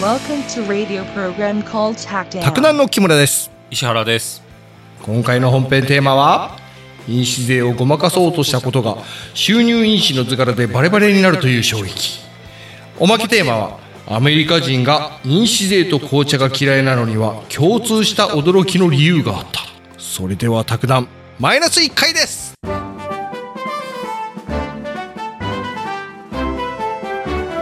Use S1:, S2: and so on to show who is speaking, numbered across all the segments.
S1: Welcome to radio program called Tack
S2: タクナ
S1: Down.
S2: ンの木村です
S3: 石原です
S2: 今回の本編テーマは飲酒税をごまかそうとしたことが収入飲酒の図柄でバレバレになるという衝撃おまけテーマはアメリカ人が飲酒税と紅茶が嫌いなのには共通した驚きの理由があったそれでは卓談マイナス1回です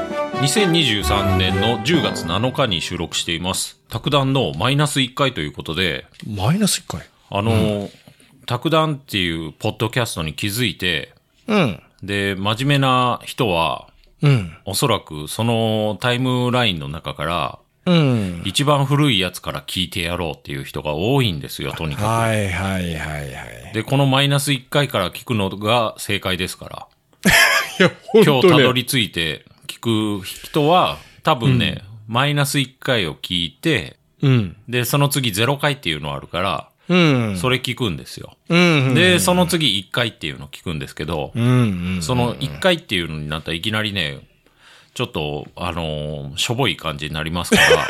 S3: 2023年の10月7日に収録しています卓談のマイナス1回ということで
S2: マイナス1回
S3: あのー卓談っていうポッドキャストに気づいて
S2: うん
S3: で真面目な人は
S2: うん
S3: おそらくそのタイムラインの中から
S2: うん
S3: 一番古いやつから聞いてやろうっていう人が多いんですよとにか
S2: はいはいはいはい
S3: くでこのマイナス1回から聞くのが正解ですから
S2: いや本
S3: 今
S2: 当
S3: 日た
S2: ね
S3: どり着いて聞く人は多分ね、マイナス1回を聞いて
S2: うん
S3: で、その次0回っていうのあるから、
S2: うん
S3: それ聞くんですよ。
S2: うん
S3: で、その次1回っていうの聞くんですけど
S2: う、ん
S3: その1回っていうのになったらいきなりね、ちょっと、あのーしょぼい感じになります から、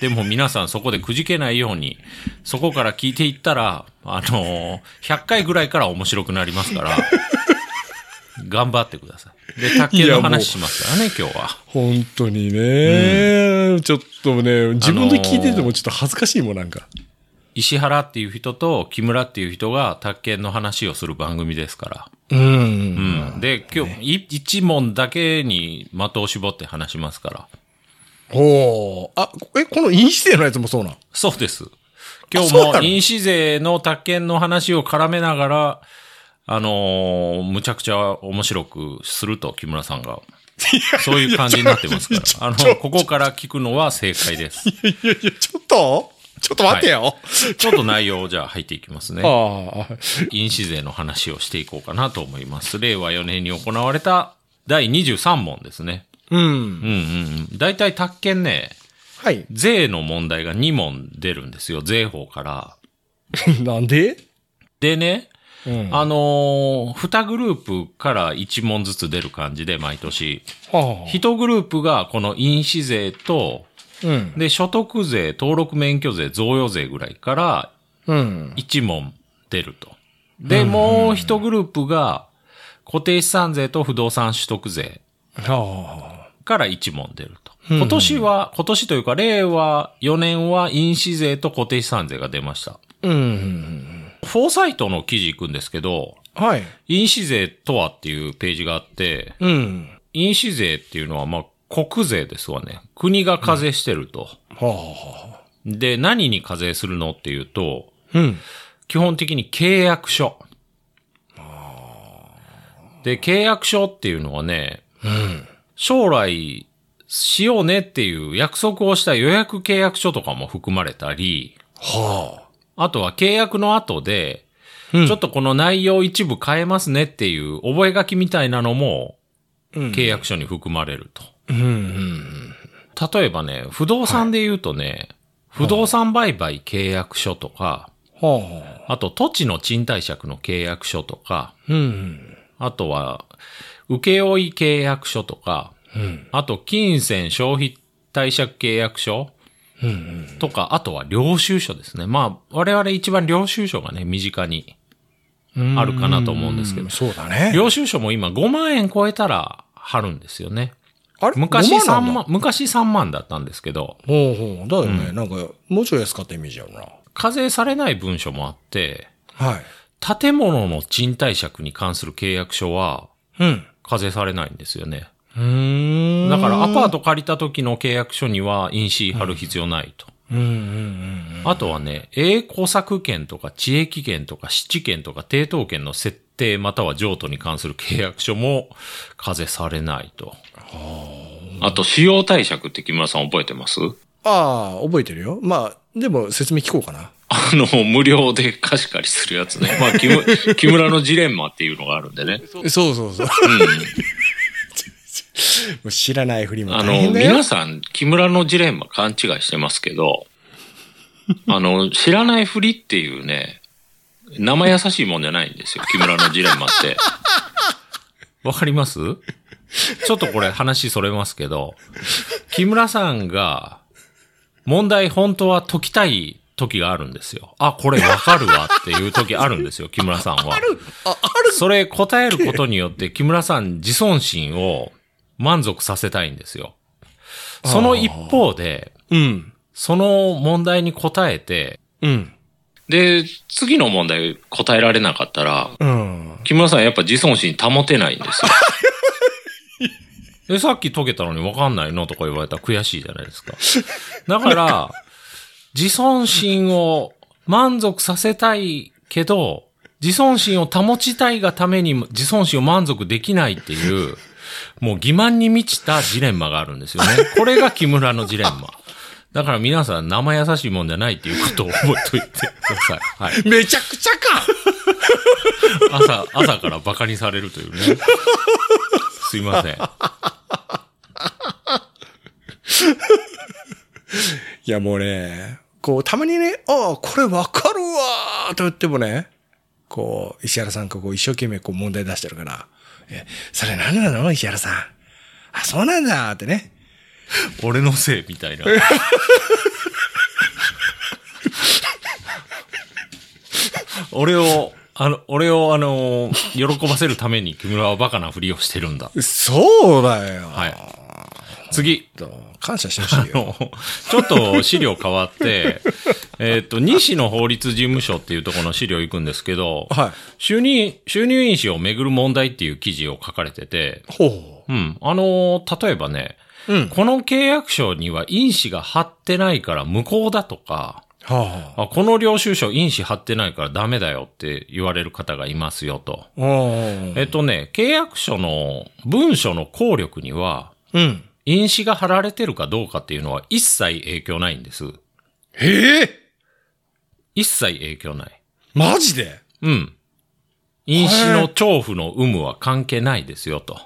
S3: でも皆さんそこでくじけないように、そこから聞いていったら、あのー100回ぐらいから面白くなりま すから、頑張ってください。で、卓球の話しますからね、今日は。
S2: 本当にね、ちょっとね、自分で聞いててもちょっと恥ずかしいもん、なんか。
S3: 石原っていう人と木村っていう人が卓球の話をする番組ですか
S2: う
S3: ら。
S2: ん。
S3: うん、で、今日、い一問だけに的を絞って話しますから。
S2: ほう。あ、え、この飲酒税のやつもそうなん。
S3: そうです。今日
S2: そうな
S3: も
S2: の
S3: 飲酒税の宅建の話を絡めながら、あのーむちゃくちゃ面白くすると、木村さんが。そういう感じになってますから。あの、ここから聞くのは正解です。
S2: いやいや、ちょっとちょっと待てよ。
S3: ちょっと内容をじゃあ入っていきますね。
S2: ああ、
S3: 飲酒税の話をしていこうかなと思います。令和4年に行われた第23問ですね。
S2: うん。
S3: うんうんうん。大体宅建ね、
S2: はい。
S3: 税の問題が2問出るんですよ、税法から。
S2: なんで
S3: でね、
S2: うん。
S3: あのー、2グループから1問ずつ出る感じで、毎年。
S2: はあ、
S3: 1グループがこの飲酒税と、
S2: うん。
S3: で、所得税、登録免許税、贈与税ぐらいから
S2: うん。
S3: 1問出ると。で、もう1グループが固定資産税と不動産取得税
S2: はあ。
S3: から1問出ると。今年は、今年というか、令和4年は飲酒税と固定資産税が出ました。
S2: うん。
S3: フォーサイトの記事行くんですけど、
S2: はい。
S3: 飲酒税とはっていうページがあって、
S2: うん。
S3: 飲酒税っていうのはまあ国税ですわね。国が課税してると。
S2: はあ。
S3: で、何に課税するのっていうと、
S2: うん。
S3: 基本的に契約書。で、契約書っていうのはね、将来しようねっていう約束をした予約契約書とかも含まれたり、
S2: は
S3: あとは契約の後
S2: あ。
S3: で、
S2: うん
S3: ちょっとこの内容一部変えますねっていう覚書みたいなのも
S2: うん
S3: 契約書に含まれると。
S2: うんうん。
S3: 例えばね、不動産で言うとね、不動産売買契約書とか、
S2: はあ。
S3: あと土地の賃貸借の契約書とか、
S2: うん。
S3: あとは、請負契約書とか、
S2: うん。
S3: あと金銭消費貸借契約書
S2: うん。
S3: とか、あとは領収書ですね。まあ、我々一番領収書がね、身近に
S2: うん
S3: あるかなと思うんですけど、
S2: そうだ ね。
S3: 領収書も今5万円超えたら貼るんですよね。
S2: あれ
S3: 昔
S2: ごま
S3: 3
S2: なんだ
S3: 万、昔3万だったんですけど、
S2: ほうほう。だよね。なんか、もうちょい安かったイメージあるな。
S3: 課税されない文書もあって、
S2: はい。
S3: 建物の賃貸借に関する契約書は
S2: うん。
S3: 課税されないんですよね。
S2: うーん。
S3: だからアパート借りた時の契約書には印紙貼る必要ないと。
S2: うんうんうん
S3: あとはね、英工作権とか地域権とか湿地権とか抵当権の設定または譲渡に関する契約書も課税されないと。あと、使用貸借って木村さん覚えてます
S2: ああ、覚えてるよ。まあ、でも説明聞こうかな。
S3: あの、無料で貸し借りするやつね。まあ、木村木村のジレンマっていうのがあるんでね。
S2: そうそうそう。
S3: う
S2: 知らないふり
S3: ん。
S2: も
S3: あ
S2: 大変
S3: の、
S2: だよ。
S3: 皆さん、木村のジレンマ勘違いしてますけど、 あの、知らないふりっていうね、生優しいもんじゃないんですよ。木村のジレン マって。わかりますちょっとこれ話それますけど、木村さんが問題本当は解きたい時があるんですよ。あ、これわかるわっていう時あるんですよ、木村さん は。
S2: あ、ある
S3: それ答えることによ って木村さん自尊心を満足させたいんですよ。その一方で、
S2: うん。
S3: その問題に答えて、
S2: うん。
S3: で、次の問題答えられなかったら、
S2: うん。
S3: 木村さんやっぱ自尊心保てないんですよ。で、さっき解けたのに分かんないのとか言われたら悔しいじゃないですか。だから、自尊心を満足させたいけど、自尊心を保ちたいがために自尊心を満足できないっていう、もう欺瞞に満ちたジレンマがあるんですよね。これが木村のジレンマ。だから皆さん生優しいもんじゃないっていうことを覚えといてください。はい。
S2: めちゃくちゃか
S3: 朝、朝から馬鹿にされるというね。 すいません。
S2: いやもうね、こう、たまにね、ああ、これわかるわーと言ってもね、こう、石原さんがこう一生懸命こう問題出してるから、え、それ何なの石原さん。あ、そうなんだってね。
S3: 俺のせいみたいな。俺を、あの、俺を、あの、喜ばせるために木村はバカなふりをしてるんだ。
S2: そうだよ。
S3: はい。次。
S2: と感謝してほしい
S3: あ
S2: よ。
S3: のちょっと資料変わって、えっと、西の法律事務所っていうところの資料行くんですけど、
S2: はい。
S3: 収入、収入印紙をめぐる問題っていう記事を書かれてて、
S2: ほう。
S3: うん。あのー例えばね、
S2: うん。
S3: この契約書には印紙が貼ってないから無効だとか、
S2: はあ。
S3: あこの領収書印紙貼ってないからダメだよって言われる方がいますよと。
S2: うん。
S3: えっとね、契約書の文書の効力には、
S2: うん。
S3: 印紙が貼られてるかどうかっていうのは一切影響ないんです。
S2: ええ
S3: 一切影響ない。
S2: マジで
S3: うん。印紙の調布の有無は関係ないですよと。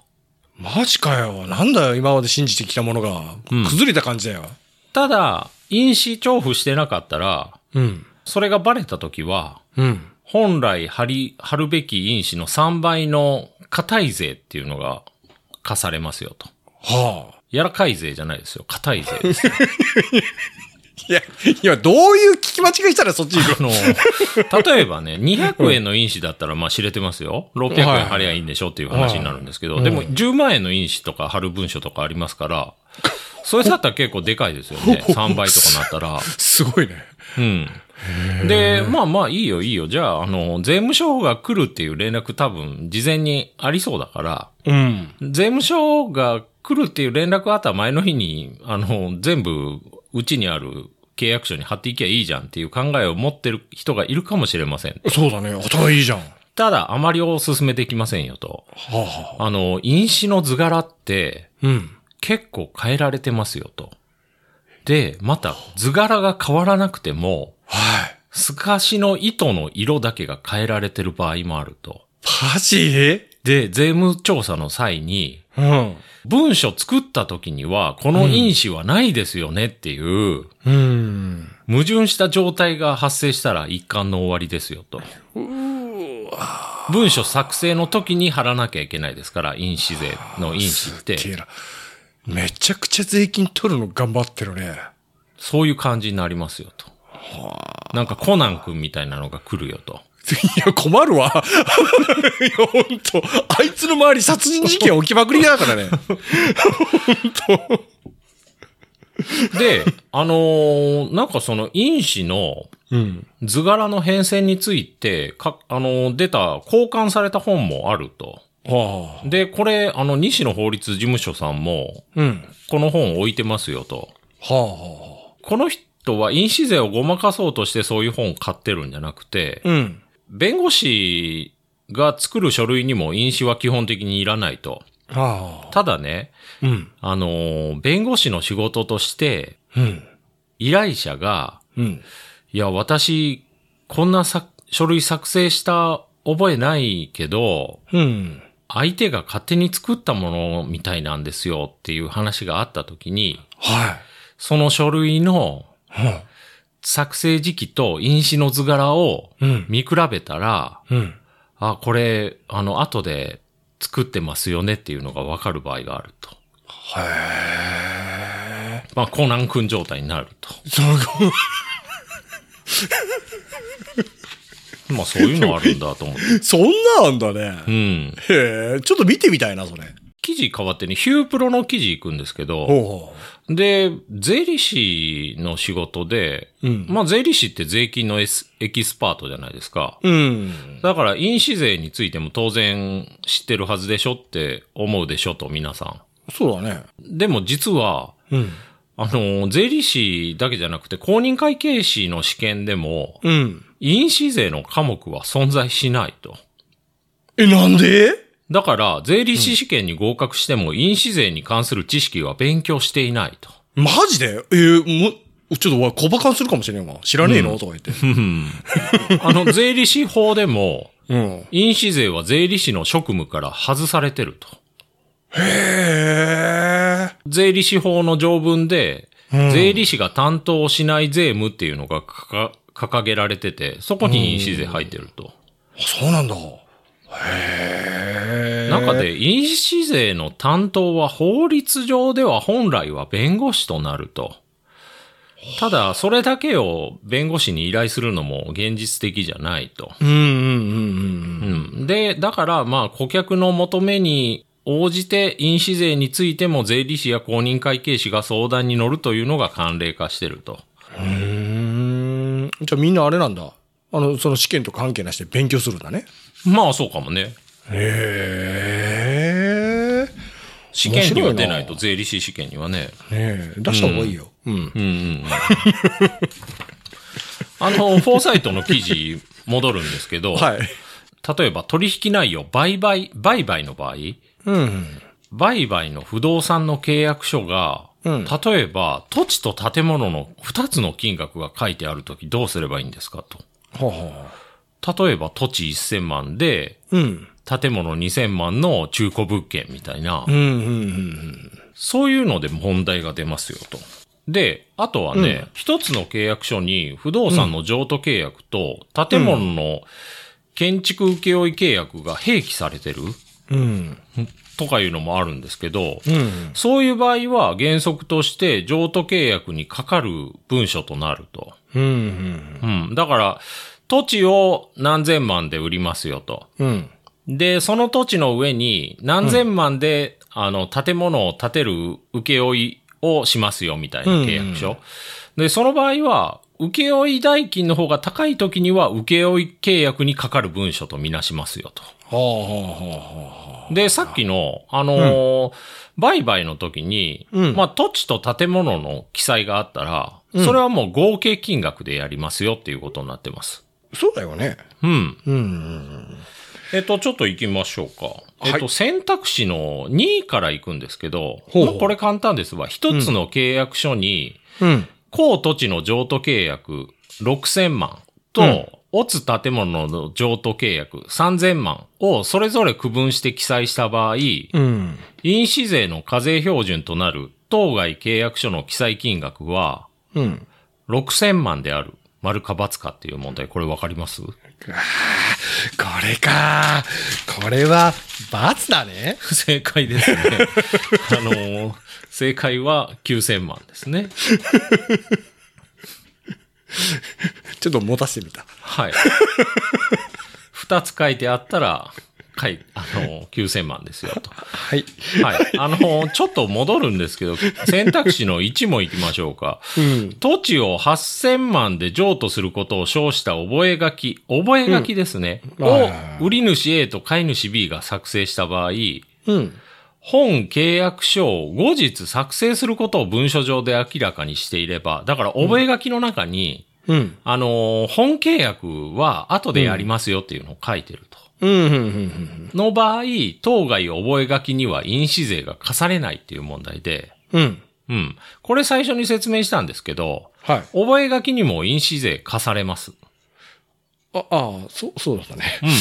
S2: マジかよ。なんだよ、今まで信じてきたものが。
S3: うん
S2: 崩れた感じだよ。
S3: ただ、印紙調布してなかったら、
S2: うん。
S3: それがバレた時は、
S2: うん。
S3: 本来貼り、貼るべき印紙の3倍の硬い税っていうのが課されますよと。
S2: はあ。
S3: 柔らかい税じゃないですよ。硬い税 です。
S2: いや、今どういう聞き間違いしたらそっち行く
S3: あの、例えばね、200円の印紙だったらまあ知れてますよ。600円貼りゃいいんでしょっていう話になるんですけど、でも10万円の印紙とか貼る文書とかありますから、それだったら結構でかいですよ ね。3倍とかなった ら。
S2: すごいね。
S3: うん。で、まあまあいいよいいよ。じゃあ、あの、税務署が来るっていう連絡多分事前にありそうだから、
S2: うん。
S3: 税務署が来るっていう連絡あったら前の日に、あの、全部うちにある契約書に貼っていきゃいいじゃんっていう考えを持ってる人がいるかもしれません。
S2: そうだね。頭いいじゃん。は
S3: ただ、あまりお勧めできませんよと。
S2: あ、はあ。
S3: あの、印紙の図柄って
S2: うん。
S3: 結構変えられてますよと。で、また図柄が変わらなくても、
S2: はい。
S3: 透かしの糸の色だけが変えられてる場合もあると。
S2: マジ
S3: で、税務調査の際に、
S2: うん。
S3: 文書作った時には、この印紙はないですよねっていう、
S2: うん。
S3: 矛盾した状態が発生したら一貫の終わりですよと。文書作成の時に貼らなきゃいけないですから、印紙税の印紙って、
S2: てえな。めちゃくちゃ税金取るの頑張ってるね。
S3: そういう感じになりますよと。なんかコナン君みたいなのが来るよと。
S2: いや、困るわ。 いや、ほんと。あいつの周り殺人事件起きまくりだからね。
S3: で、あのーなんかその印紙の、
S2: うん。
S3: 図柄の変遷について、か、あの、出た、交換された本もあると。
S2: はあ。
S3: で、これ、あの、西野法律事務所さんも、
S2: うん。
S3: この本置いてますよと。
S2: はあ、は
S3: この人は印紙税をごまかそうとしてそういう本を買ってるんじゃなくて
S2: あ。、うん。
S3: 弁護士が作る書類にも印紙は基本的にいらないと。
S2: はあ。
S3: ただね、
S2: うん。
S3: あの、弁護士の仕事として、
S2: うん。
S3: 依頼者が、
S2: うん。
S3: いや、私、こんなさ書類作成した覚えないけど、
S2: うん。
S3: 相手が勝手に作ったものみたいなんですよっていう話があった時に、
S2: はい。
S3: その書類の
S2: はあ
S3: 作成時期と印紙の図柄を
S2: うん。
S3: 見比べたら、
S2: うん。
S3: あ、これ、あの、後で作ってますよねっていうのがわかる場合があると。
S2: へえ。
S3: まあ、コナン君状態になると。
S2: そこ、
S3: まあ、そういうのあるんだと思って。
S2: そんなあんだね。
S3: うん。
S2: へえ、ちょっと見てみたいな、それ。
S3: 記事変わってね、ヒュープロの記事行くんですけど、
S2: ほうほ
S3: で、税理士の仕事で、
S2: うん
S3: まあ税理士って税金のエスエキスパートじゃないですか。
S2: う。うん。
S3: だから印紙税についても当然知ってるはずでしょって思うでしょと皆さ
S2: そうだね。
S3: ん。でも実は、
S2: うん。
S3: あの、税理士だけじゃなくて公認会計士の試験でも、
S2: うん。
S3: 印紙税の科目は存在しないと。
S2: え、なんで
S3: だから税理士試験に合格しても印紙税に関する知識は勉強していないと。
S2: マジでえーも、ちょっとわ、小馬鹿にするかもしれんわ。知らねえの、とか言って。
S3: あの税理士法でも、
S2: うん。
S3: 印紙税は税理士の職務から外されてると。
S2: へえ。
S3: 税理士法の条文で、
S2: ん
S3: 税理士が担当しない税務っていうのがかか掲げられてて、そこに印紙税入ってると。
S2: そうなんだ。へえ。
S3: 中で、印紙税の担当は法律上では本来は弁護士となると。ただ、それだけを弁護士に依頼するのも現実的じゃないと。
S2: うんうんうんうん
S3: うん。で、だから、まあ、顧客の求めに応じて、印紙税についても税理士や公認会計士が相談に乗るというのが慣例化してると。
S2: うん。うーん。じゃあみんなあれなんだ。あの、その試験と関係なしで勉強するんだね。
S3: まあ、そうかもね。
S2: へえ。
S3: 試験には
S2: 面白いな
S3: 出ないと、税理士試験にはね。
S2: ねえ、出した方がいいよ。うん。
S3: うんうんうん。あの、フォーサイトの記事、戻るんですけど、
S2: はい。
S3: 例えば取引内容、売買、売買の場合、
S2: うん。
S3: 売買の不動産の契約書が、
S2: うん
S3: 例えば、土地と建物の2つの金額が書いてあるときどうすればいいんですか
S2: はあはあ。
S3: と。例えば、土地1000万で、
S2: うん。
S3: 建物2000万の中古物件みたいな、
S2: うんうんうん
S3: そういうので問題が出ますよと。で、あとはね、一、つの契約書に不動産の譲渡契約と建物の建築請負契約が併記されてる
S2: うん。うん。
S3: とかいうのもあるんですけど、
S2: うん。
S3: そういう場合は原則として譲渡契約にかかる文書となると。
S2: うん。
S3: うん。だから、土地を何千万で売りますよと。
S2: うん。
S3: で、その土地の上に何千万で、あの、建物を建てる請負をしますよみたいな契約書。で、その場合は、請負代金の方が高い時には、請負契約にかかる文書とみなしますよと。
S2: はあはあはあはあ。
S3: で、さっきの、あのー売買の時に、
S2: うん
S3: まあ、土地と建物の記載があったら、それはもう合計金額でやりますよっていうことになってます。
S2: そうだよね。
S3: うん。
S2: うんうん
S3: えっと、ちょっと行きましょうか。
S2: はい
S3: えっと、選択肢の2位から行くんですけど、
S2: ほうほう
S3: もうこれ簡単ですわ。一つの契約書に、
S2: うん。うん。
S3: 高土地の譲渡契約6000万と、
S2: うん
S3: オツ建物の譲渡契約3000万をそれぞれ区分して記載した場合、
S2: うん。
S3: 印紙税の課税標準となる当該契約書の記載金額は
S2: うん。
S3: 6000万である。丸か×かっていう問題、これわかります
S2: これか。これは、罰だね。
S3: 正解ですね。 あのー正解は9000万ですね。
S2: ちょっと持たせてみた。
S3: はい。二つ書いてあったら、はい、あのー9000万ですよと。
S2: はい。
S3: はい。あのーちょっと戻るんですけど、選択肢の1も行きましょうか。
S2: うん。
S3: 土地を8000万で譲渡することを称した覚書、覚書ですね。
S2: うんはい
S3: を
S2: はいはい、
S3: 売り主 A と買い主 B が作成した場合、
S2: うん。
S3: 本契約書を後日作成することを文書上で明らかにしていれば、だから覚書の中に、
S2: うん。
S3: あのー本契約は後でやりますよっていうのを書いてると。
S2: うん。うん。うん。
S3: の場合、当該覚書には印紙税が課されないっていう問題で、
S2: うん。
S3: うん。これ最初に説明したんですけど、
S2: はい。
S3: 覚書にも印紙税課されます。
S2: あ、ああ、そう、そうだったね。
S3: うん。っ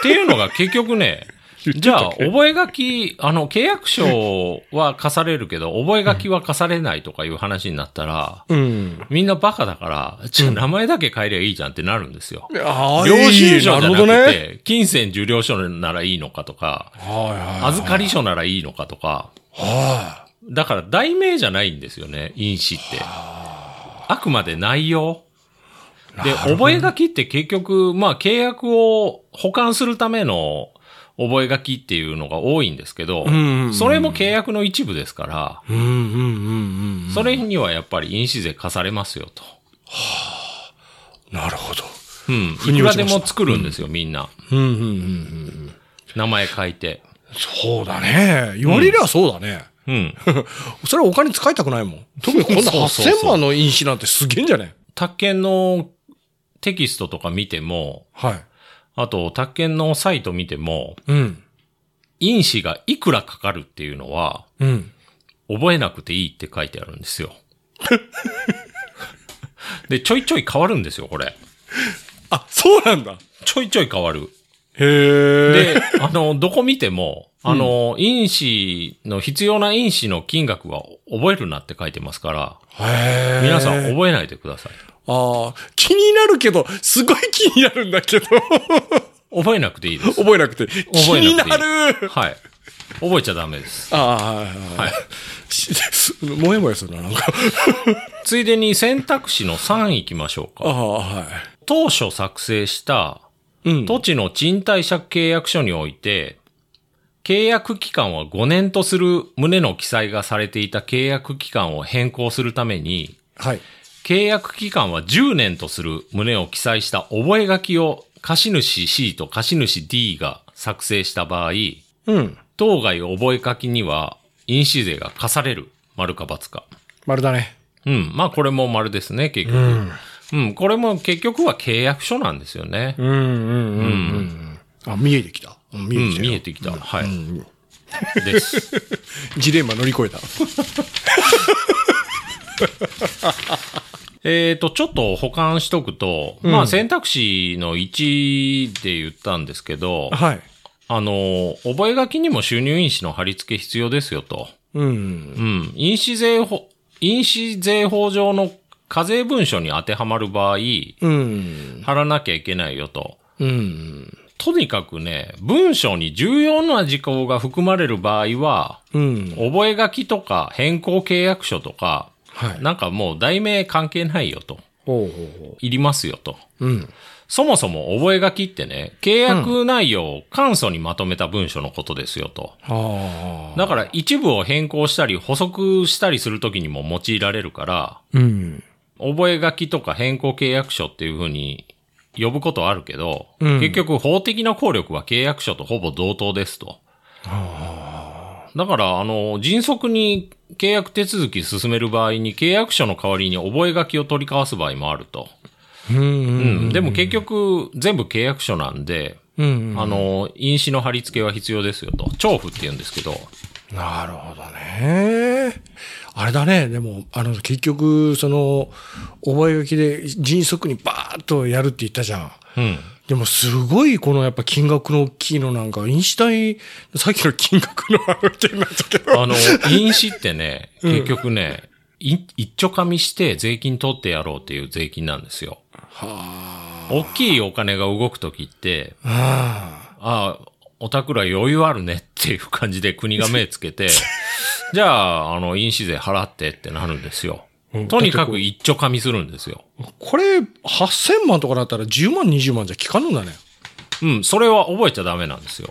S3: ていうのが結 局ね、じゃあ、覚書、あの、契約書は課されるけど、覚書は課されないとかいう話になったら、
S2: うん。
S3: みんなバカだから、じゃあ名前だけ変えりゃいいじゃんってなるんですよ。
S2: あ
S3: 領収書
S2: な
S3: じ
S2: る
S3: ゃ
S2: ほ
S3: な
S2: どね。
S3: くて、金銭受領書ならいいのかとか、
S2: はいはい。
S3: 預かり書ならいいのかとか、
S2: は
S3: だから題名じゃないんですよね、因子って。あくまで内容。で、覚書って結局、まあ契約を保管するための覚書っていうのが多いんですけど、
S2: んうんうん
S3: それも契約の一部ですから、
S2: うんうんうんうん。
S3: それにはやっぱり因子税課されますよと。
S2: なるほど。
S3: うん。
S2: 腑
S3: い
S2: に
S3: く
S2: 落
S3: ら
S2: ちま
S3: で
S2: した
S3: も作るんですよ、みんな。
S2: うんうんうんうん。
S3: 名前書 いて。
S2: そうだね。言われりゃそうだね。
S3: うん。
S2: それはお金使いたくないもん。特にこんな
S3: そうそうそう
S2: 8000万の印紙なんてすげえんじゃね
S3: 宅建のテキストとか見ても、
S2: はい。
S3: あと宅建のサイト見ても、
S2: うん。
S3: 因子がいくらかかるっていうのは、
S2: うん。
S3: 覚えなくていいって書いてある んですよ。で、ちょいちょい変わるんですよ、これ。
S2: あ、そうなんだ。
S3: ちょいちょい変わる。
S2: へえ。
S3: で、あの、どこ見ても、あの、因子の、必要な因子の金額は覚えるなって書いてますから、
S2: へえ。
S3: 皆さん
S2: あ
S3: 覚えないでください。
S2: あ、気になるけど、すごい気になるんだ けど、
S3: 覚えなくていい です。
S2: 覚えなくて。気
S3: 覚え
S2: に
S3: なくていい
S2: なる
S3: はい。覚えちゃダメです。
S2: ああ、は
S3: はいい。
S2: しす もやもやするな、なんか。
S3: ついでに選択肢の3行きましょう
S2: あ
S3: か。
S2: あ、は
S3: 当初作成した
S2: い。うん。
S3: 土地の賃貸借契約書において、契約期間は5年とする旨の記載がされていた契約期間を変更するために、
S2: はい。
S3: 契約期間は10年とする旨を記載した覚書を貸主 C と貸主 D が作成した場合、
S2: うん。
S3: 当該覚書には印紙税が課される。丸か×か。
S2: 丸だね。
S3: うん。まあこれも丸ですね、結局。
S2: うん。
S3: うん、これも結局は契約書なんですよね。
S2: うんうんうんうん。あ、見えてきた。うん見
S3: う
S2: えて
S3: ん
S2: き、たよ。
S3: 見えてきた。はい。
S2: ん
S3: です。
S2: ジレンマ乗り越えた。
S3: えっと、ちょっと保管しとくと、まあ選択肢の1で言ったんですけど、
S2: はい。
S3: あの、覚書にも収入印紙の貼り付け必要ですよと。
S2: うん。
S3: うん。印紙税法、印紙税法上の課税文書に当てはまる場合、
S2: うん。
S3: 貼らなきゃいけないよと。
S2: うん。
S3: とにかくね、文章に重要な事項が含まれる場合は、
S2: うん。
S3: 覚書とか変更契約書とか、
S2: はい。
S3: なんかもう題名関係ないよと。
S2: ほうほうほ
S3: いりますよと。
S2: う。うん。
S3: そもそも覚書ってね、契約内容を簡素にまとめた文書のことですよと。
S2: ああ。
S3: だから一部を変更したり補足したりするときにも用いられるから、
S2: うん。
S3: 覚書とか変更契約書っていうふうに呼ぶことはあるけど、
S2: うん
S3: 結局法的な効力は契約書とほぼ同等ですと。だから、あの、迅速に契約手続き進める場合に契約書の代わりに覚書を取り交わす場合もあると。
S2: うん。
S3: う
S2: うん。
S3: ん。でも結局、全部契約書なんで、
S2: うん。
S3: あの、印紙の貼り付けは必要ですよと。調布って言うんですけど。
S2: なるほどね。あれだね。でも、あの、結局、その、覚書で迅速にバーッとやるって言ったじゃん。
S3: うん。
S2: でもすごいこのやっぱ金額の大きいのなんか、インシュタイン、さっきの金額の話になっちゃったけど。
S3: あの、印紙って ね、結局ね、い一丁紙して税金取ってやろうっていう税金なんですよ。
S2: は
S3: 大きいお金が動くときって、
S2: あ。
S3: ああ、おたくら余裕あるねっていう感じで国が目つ けて、じゃあ、あの、印紙税払ってってなるんですよ。
S2: うん
S3: とにかく一丁紙するんですよ。
S2: これ、8000万とかだったら10万、20万じゃ効かぬんだね。
S3: うん、それは覚えちゃダメなんですよ。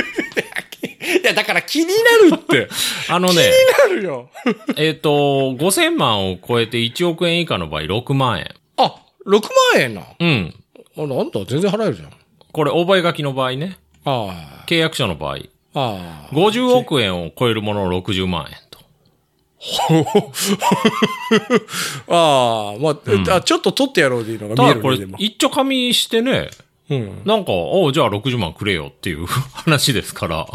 S2: いや、だから気になるって。
S3: あのね、
S2: 気に なるよ。
S3: えっ、と、5000万を超えて1億円以下の場合6万円。
S2: あ、6万円な。あ、
S3: うん。
S2: なんだ、全然払えるじゃん。
S3: これ、覚書の場合ね。
S2: あ
S3: 契約書の場合。
S2: あ。ああ。
S3: 50億円を超えるものを60万円と。
S2: ああ、まあ、あちょっと取ってやろうでいいのが見え
S3: ただ
S2: る
S3: こ
S2: ね、
S3: れ
S2: でも、。
S3: 一丁紙してね、
S2: うん。
S3: なんか、おうじゃあ60万くれよっていう 話で すから。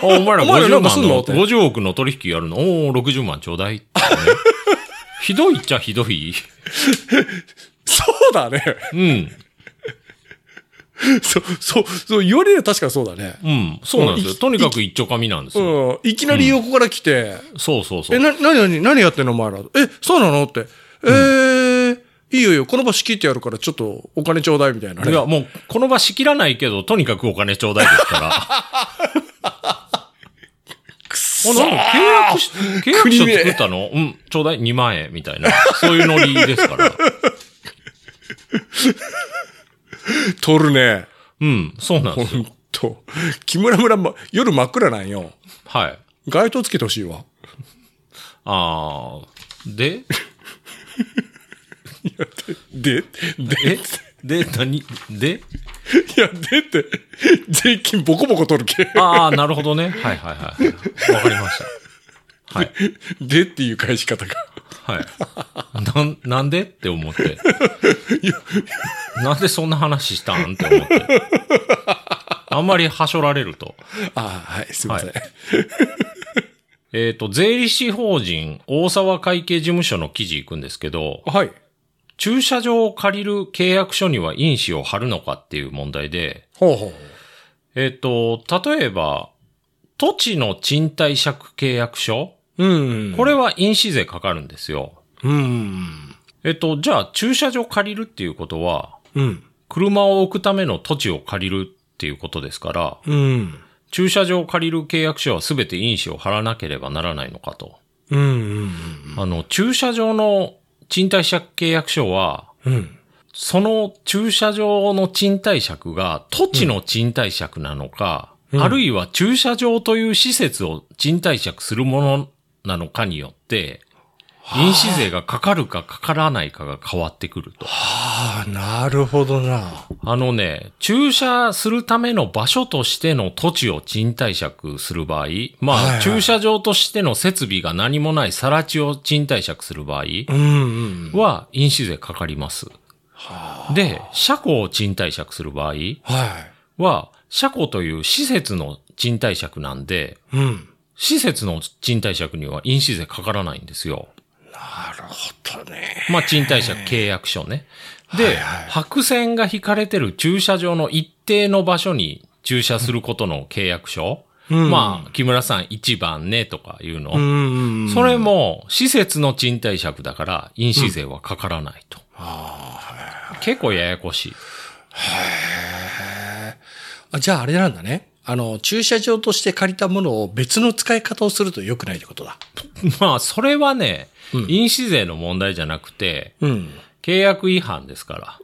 S3: おお前ら
S2: お前らな
S3: 50
S2: んかす
S3: 万
S2: んの
S3: の、
S2: って
S3: 50億の取引やるのおお、60万ちょうだいってね。 ひどいっちゃひどい。
S2: そうだね。
S3: うん。
S2: そう、そう、そう、言われりゃ確かにそうだね。
S3: うん。そうなんです
S2: うん
S3: よ。
S2: い
S3: とにかく一丁紙なんですよ。
S2: うん。いきなり横から来て、
S3: そうそうそ
S2: え、
S3: う。
S2: な、なになに、何やってんのお前ら。え、そうなのって。えー、いいよいいよ、この場仕切ってやるから、ちょっとお金ちょうだいみたいなね。
S3: いや、もう、この場仕切 らないけど、とにかくお金ちょうだいですから。あ、なんか契約し、契約書作ったのうん、ちょうだい ?2 万円みたいな。そういうノリです から。
S2: 取るね。
S3: うん、そうなん
S2: ほ
S3: ですよ。
S2: んと。木村村、ま、夜真っ暗なんよ。
S3: はい。
S2: 街灯つけてほしいわ。
S3: あー、 で、
S2: で、で、
S3: えで、何で
S2: いや、でって、税金ボコボコ取るけ。
S3: あー、なるほどね。はいはいはい。わかりました。はい。
S2: でっていう返し方が。
S3: はい。なん、なんでって思 って。なんでそんな話したんって思って。あんまりはしょられると。
S2: ああ、はい、すいません。
S3: はえっ、と、税理士法人大沢会計事務所の記事行くんですけど、
S2: はい。
S3: 駐車場を借りる契約書には印紙を貼るのかっていう問題で、
S2: ほうほう。
S3: えっ、と、例えば、土地の賃貸借契約書
S2: うん。
S3: これは印紙税かかるんですよ。
S2: うん。
S3: えっ、と、じゃあ駐車場借りるっていうことは、
S2: うん。
S3: 車を置くための土地を借りるっていうことですから、
S2: うん。
S3: 駐車場を借りる契約書は全て印紙を貼らなければならないのかと。
S2: うん。
S3: あの、駐車場の賃貸借契約書は、
S2: うん。
S3: その駐車場の賃貸借が土地の賃貸借なのか、
S2: うん
S3: あるいは駐車場という施設を賃貸借するものなのかによって、印紙税がかかるかかからないかが変わってくると。
S2: ああ、なるほどな。
S3: あのね、駐車するための場所としての土地を賃貸借する場合、まあ、
S2: はいはい
S3: 駐車場としての設備が何もない更地を賃貸借する場合、
S2: うん。
S3: は印紙税かかります。で、車庫を賃貸借する場合
S2: は
S3: は、車庫という施設の賃貸借なんで、
S2: い。うん。
S3: 施設の賃貸借には印紙税かからないんですよ。
S2: なるほどね。
S3: まあ、賃貸借契約書ね。で、白線が引かれてる駐車場の一定の場所に駐車することの契約書。
S2: うん
S3: まあ、木村さん1番ねとかいうの。
S2: うん。
S3: それも、施設の賃貸借だから、印紙税はかからないと。結構ややこしい。
S2: あじゃああれなんだね。あの、駐車場として借りたものを別の使い方をすると良くないってことだ。
S3: まあ、それはね、印紙税の問題じゃなくて、
S2: うん。
S3: 契約違反ですから。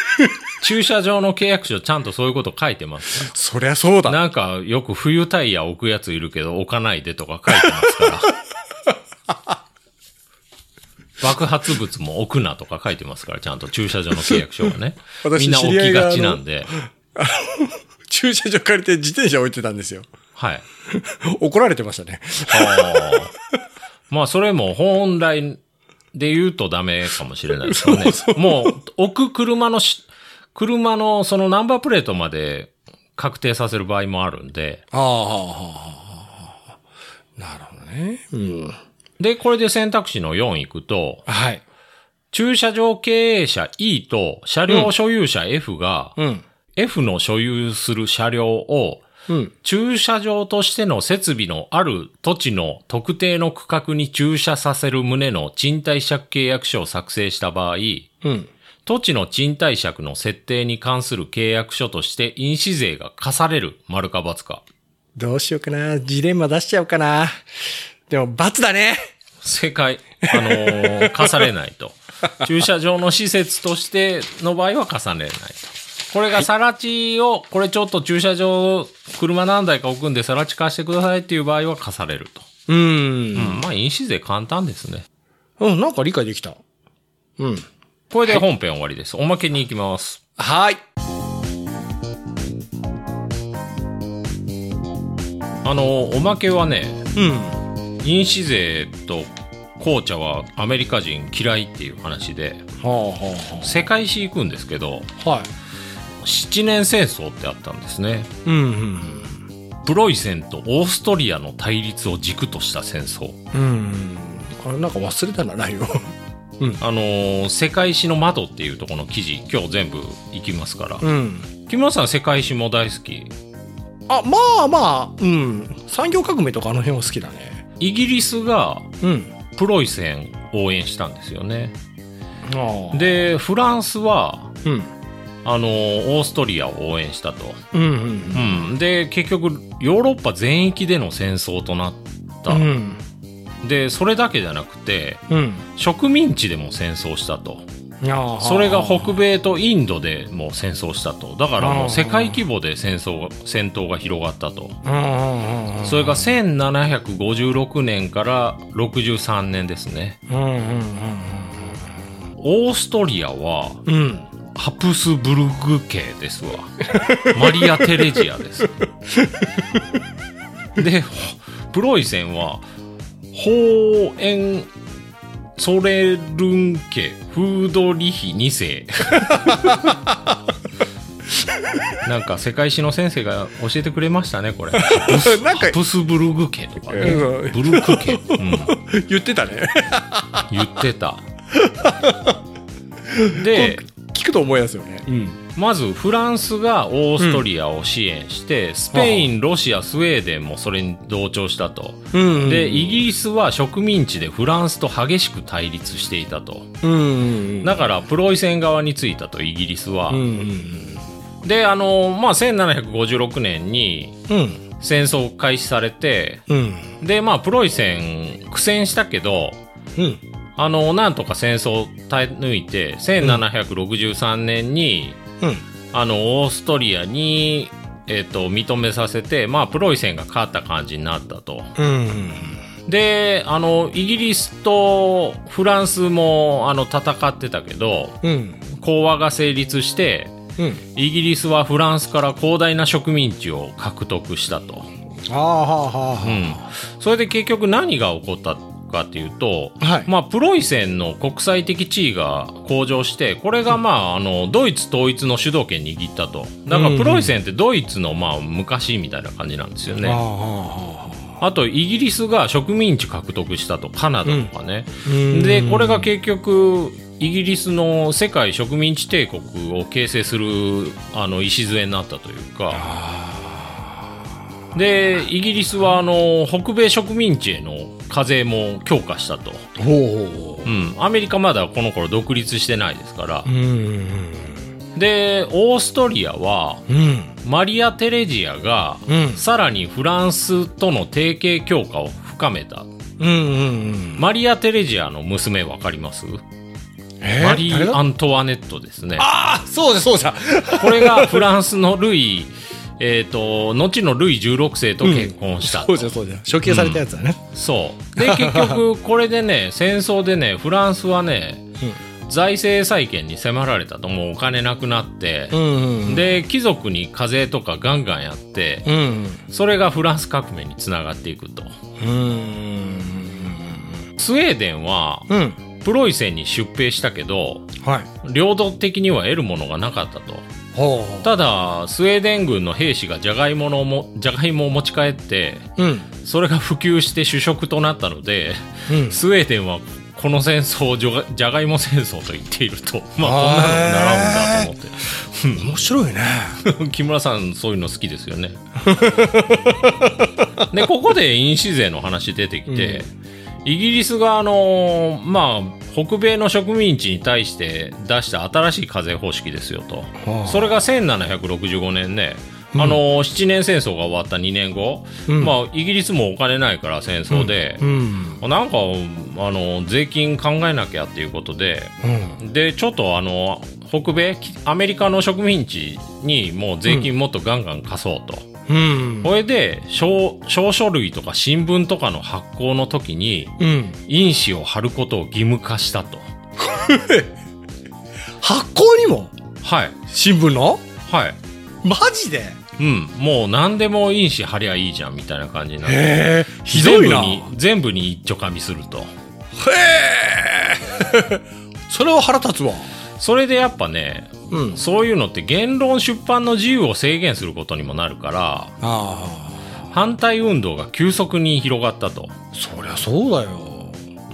S3: 駐車場の契約書ちゃんとそういうこと書いてますから
S2: そりゃそうだ。。
S3: なんかよく冬タイヤ置くやついるけど置かないでとか書いてますから。爆発物も置くなとか書いてますから、ちゃんと駐車場の契約書がね
S2: 私
S3: みんな置きがちなんで。
S2: 駐車場借りて自転車置いてたんですよ。
S3: はい。
S2: 怒られてましたね。
S3: あーまあ、それも本来で言うとダメかもしれないですよね。もう、置く車のし、車のそのナンバープレートまで確定させる場合もあるんで、
S2: ああ、なるほどね。うん。
S3: で、これで選択肢の4行くと、
S2: はい。
S3: 駐車場経営者 E と車両所有者 F が、
S2: ん。
S3: F の所有する車両を、
S2: うん。
S3: 駐車場としての設備のある土地の特定の区画に駐車させる旨の賃貸借契約書を作成した場合、
S2: うん。
S3: 土地の賃貸借の設定に関する契約書として印紙税が課される、丸か×か。
S2: どうしようかな。ジレンマ出しちゃおうかな。でも、罰だね。
S3: 正解。あのー課されない と。駐車場の施設としての場合は課されないと。これが更地を、これちょっと駐車場、車何台か置くんで更地貸してくださいっていう場合は課されると。
S2: うん。
S3: まあ、印紙税簡単ですね。
S2: うん、なんか理解できた。うん。
S3: これで本編終わりです。おまけに行きます。
S2: はい。
S3: あのーおまけはね、
S2: うん。
S3: 印紙税と紅茶はアメリカ人嫌いっていう話で、
S2: はあは
S3: 世界史行くんですけど、
S2: あはあ。はい。
S3: 七年戦争ってあったんですね。
S2: うん、うん。
S3: プロイセンとオーストリアの対立を軸とした戦争。
S2: うん。あれ、なんか忘れたな、内容。
S3: あのー世界史の窓っていうところの記事、今日全部行きますから。
S2: ん。
S3: 木村さん世界史も大好き。
S2: あ、まあまあ、うん。産業革命とかあの辺は好きだね。
S3: イギリスが
S2: うん。
S3: プロイセン応援したんですよね。
S2: ああ。、
S3: で、フランスは、
S2: うん。
S3: あのーオーストリアを応援したと。
S2: うん、うん。
S3: うん。で、結局、ヨーロッパ全域での戦争となっった、
S2: うん
S3: でそれだけじゃなくて
S2: うん
S3: 植民地でも戦争したと
S2: あー
S3: それが北米とインドでも戦争したとだからもう世界規模で戦争が戦闘が広がったと
S2: うんうんうん
S3: それが1756年から63年ですね
S2: うんうん
S3: オーストリアは
S2: うんうん
S3: ハプスブルグ系ですわマリア・テレジアですでほプロイセンはホーエンソレルン家フードリヒ2世なんか世界史の先生が教えてくれましたねこれ
S2: なんか
S3: ハプスブルグ家とかね
S2: うん
S3: ブルク家、うん、
S2: 言ってたね
S3: 言ってたで
S2: 聞くと思いますよね
S3: まずフランスがオーストリアを支援して、スペイン、ロシア、スウェーデンもそれに同調したと。
S2: うん
S3: で、イギリスは植民地でフランスと激しく対立していたと。
S2: うんうん
S3: だから、プロイセン側についたと、イギリスは。
S2: うんうん
S3: で、あの、まあ、1756年に
S2: うん
S3: 戦争開始されて、
S2: うん
S3: で、まあ、プロイセン苦戦したけど、
S2: うん
S3: あの、なんとか戦争を耐え抜いて、1763年に、
S2: うん
S3: あの、オーストリアに、えっ、と、認めさせて、まあ、プロイセンが勝った感じになったと。
S2: うん
S3: で、あの、イギリスとフランスも、あの、戦ってたけど、
S2: うん
S3: 講和が成立して、
S2: うん
S3: イギリスはフランスから広大な植民地を獲得したと。
S2: ああはあはあ
S3: う
S2: は
S3: ん。それで結局何が起こったかっていうと、
S2: はい
S3: まあ、プロイセンの国際的地位が向上して、これがまあ、あの、ドイツ統一の主導権握ったと。だか
S2: うん
S3: らプロイセンってドイツのまあ、昔みたいな感じなんですよ
S2: ああ
S3: ね。
S2: は
S3: あと、イギリスが植民地獲得したと。カナダとかね。
S2: あうん
S3: で、これが結局、イギリスの世界植民地帝国を形成する、あの、礎になったというか。で、イギリスは、あの、北米植民地への課税も強化したと。
S2: ほう
S3: うん、アメリカまだこの頃独立してないですから
S2: う、ん
S3: でオーストリアは
S2: うん
S3: マリア・テレジアが、
S2: うん
S3: さらにフランスとの提携強化を深めた
S2: うんうん
S3: マリア・テレジアの娘わかります
S2: え
S3: マリ
S2: 誰
S3: ー・
S2: だ
S3: アントワネットですね
S2: ああそうじゃそうじゃ
S3: これがフランスのルイえー、と後のルイ16世と結婚したと、
S2: そうじゃそうじゃ処刑されたやつだね
S3: そうで結局これでね戦争でねフランスはね財政再建に迫られたともうお金なくなって、
S2: んうで
S3: で貴族に課税とかガンガンやって
S2: うん
S3: それがフランス革命につながっていくと
S2: うん
S3: スウェーデンは
S2: うん
S3: プロイセンに出兵したけど
S2: はい
S3: 領土的には得るものがなかったと
S2: ほう
S3: ただスウェーデン軍の兵士がジャガイモのをもジャガイモを持ち帰って
S2: うん
S3: それが普及して主食となったので
S2: うん
S3: スウェーデンはこの戦争をジョガジャガイモ戦争と言っているとまあこんなのに習うんだと思って
S2: 面白いね
S3: 木村さんそういうの好きですよね でここで因子税の話出てきて、イギリスがあのーまあ北米の植民地に対して出した新しい課税方式ですよと、
S2: はあ
S3: それが1765年ねあのー7年戦争が終わった2年後、
S2: うん
S3: まあ、イギリスもお金ないから戦争で、
S2: ん
S3: なんか、あのー税金考えなきゃっていうことで、
S2: うん
S3: でちょっとあの北米きアメリカの植民地にもう税金もっとガンガン貸そうと、
S2: うん
S3: これで証証書類とか新聞とかの発行の時に
S2: うん
S3: 印紙を貼ることを義務化したと
S2: 発行にも
S3: はい
S2: 新聞の
S3: はい
S2: マジで
S3: うんもう何でも印紙貼りゃいいじゃんみたいな感じになって
S2: へえひどいな
S3: 全部に全部に一丁紙すると
S2: へえそれは腹立つわ
S3: それでやっぱね
S2: うん
S3: そういうのって言論出版の自由を制限することにもなるから
S2: あ
S3: 反対運動が急速に広がったと
S2: あそりゃそうだよ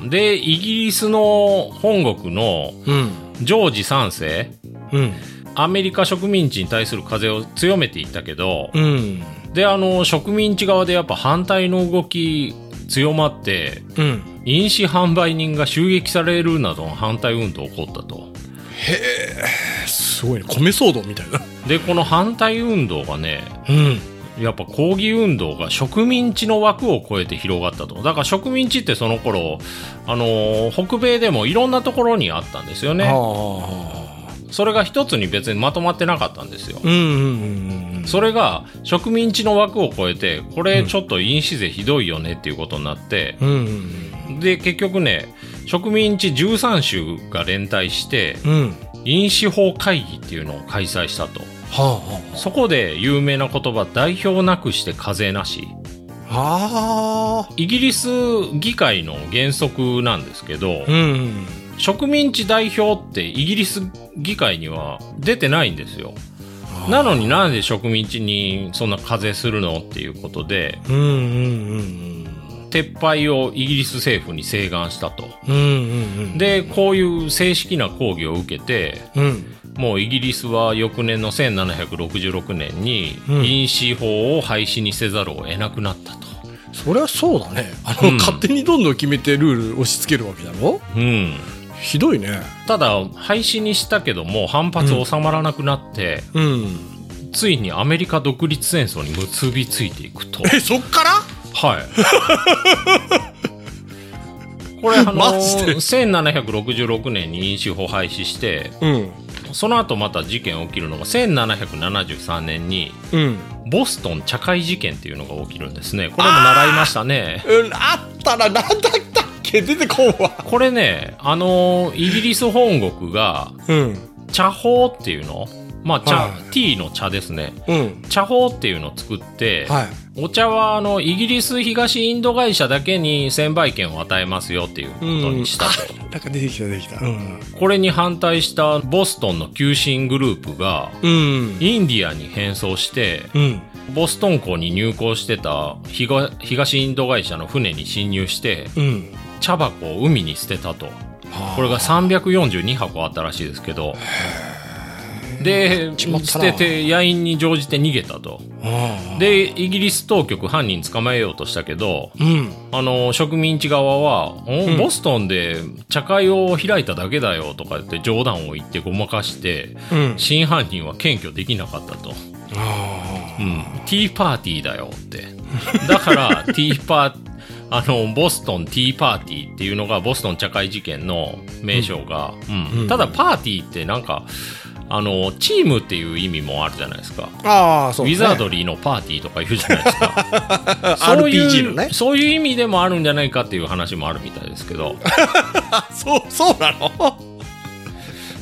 S3: で、イギリスの本国の
S2: うん
S3: ジョージ3世、
S2: うん
S3: アメリカ植民地に対する風を強めていったけど、
S2: うん
S3: で、あの、植民地側でやっぱ反対の動き強まって、
S2: うん
S3: 飲酒販売人が襲撃されるなどの反対運動起こったと。
S2: すごいね米騒動みたいな
S3: で、この反対運動がね、
S2: うん
S3: やっぱ抗議運動が植民地の枠を超えて広がったと。だから植民地ってその頃、あのー北米でもいろんなところにあったんですよ
S2: あ
S3: ね。
S2: あ
S3: それが一つに別にまとまってなかったんですよ。
S2: うんうんうんうん
S3: それが植民地の枠を超えて、これちょっと飲酒税ひどいよねっていうことになって、
S2: うんうん
S3: で、結局ね、植民地13州が連帯して、
S2: うんうん
S3: 飲酒法会議っていうのを開催したと。
S2: はあは
S3: そこで有名な言葉、代表なくして課税なし。
S2: あはあ
S3: イギリス議会の原則なんですけど、
S2: うんうん
S3: 植民地代表ってイギリス議会には出てないんですよ。なのになんで植民地にそんな課税するのっていうことで、
S2: うんうんうん
S3: 撤廃をイギリス政府に請願したと。
S2: うんうんうん
S3: で、こういう正式な抗議を受けて、
S2: うん
S3: もうイギリスは翌年の1766年に
S2: うん
S3: 飲酒法を廃止にせざるを得なくなったと。
S2: そりゃそうだねあの、
S3: うん
S2: 勝手にどんどん決めてルール押し付けるわけだろ
S3: うん。
S2: ひどいね
S3: ただ、廃止にしたけども反発収まらなくなって、
S2: うん
S3: ついにアメリカ独立戦争に結びついていくと。
S2: えそっから
S3: はい。これあの
S2: マジで
S3: 1766年に飲酒法廃止して
S2: うん
S3: その後また事件起きるのが1773年に
S2: うん
S3: ボストン茶会事件っていうのが起きるんですねこれも習いましたね
S2: うんあったらなんだったっけ出てこんわ
S3: これねあのイギリス本国が
S2: うん
S3: 茶法っていうのまあ茶、
S2: はい
S3: ティーの茶ですね
S2: うん
S3: 茶法っていうのを作って、
S2: はい
S3: お茶はあのイギリス東インド会社だけに専売権を与えますよっていうことにしたと、
S2: なんか出てきた出てきたうん
S3: これに反対したボストンの急進グループが
S2: うん
S3: インディアに変装して
S2: うん
S3: ボストン港に入港してた東東インド会社の船に侵入して
S2: うん
S3: 茶箱を海に捨てたとこれが342箱あったらしいですけどで
S2: ちまった
S3: 捨
S2: な
S3: てて野員に乗じて逃げたと
S2: あ
S3: でイギリス当局犯人捕まえようとしたけど
S2: うん
S3: あの植民地側は、お
S2: うん
S3: ボストンで茶会を開いただけだよとか言って冗談を言ってごまかして
S2: うん
S3: 真犯人は検挙できなかったと、
S2: あ
S3: うん、ティーパーティーだよってだから ティーパーあのボストンティーパーティーっていうのがボストン茶会事件の名称が、うん
S2: うん
S3: ただパーティーってなんかあのチームっていう意味もあるじゃないですか
S2: ーあーそう
S3: ウ
S2: ね
S3: ィザードリーのパーティーとか言うじゃないですか。 そういう
S2: RPG のね
S3: そういう意味でもあるんじゃないかっていう話もあるみたいですけど。
S2: あそうそうなの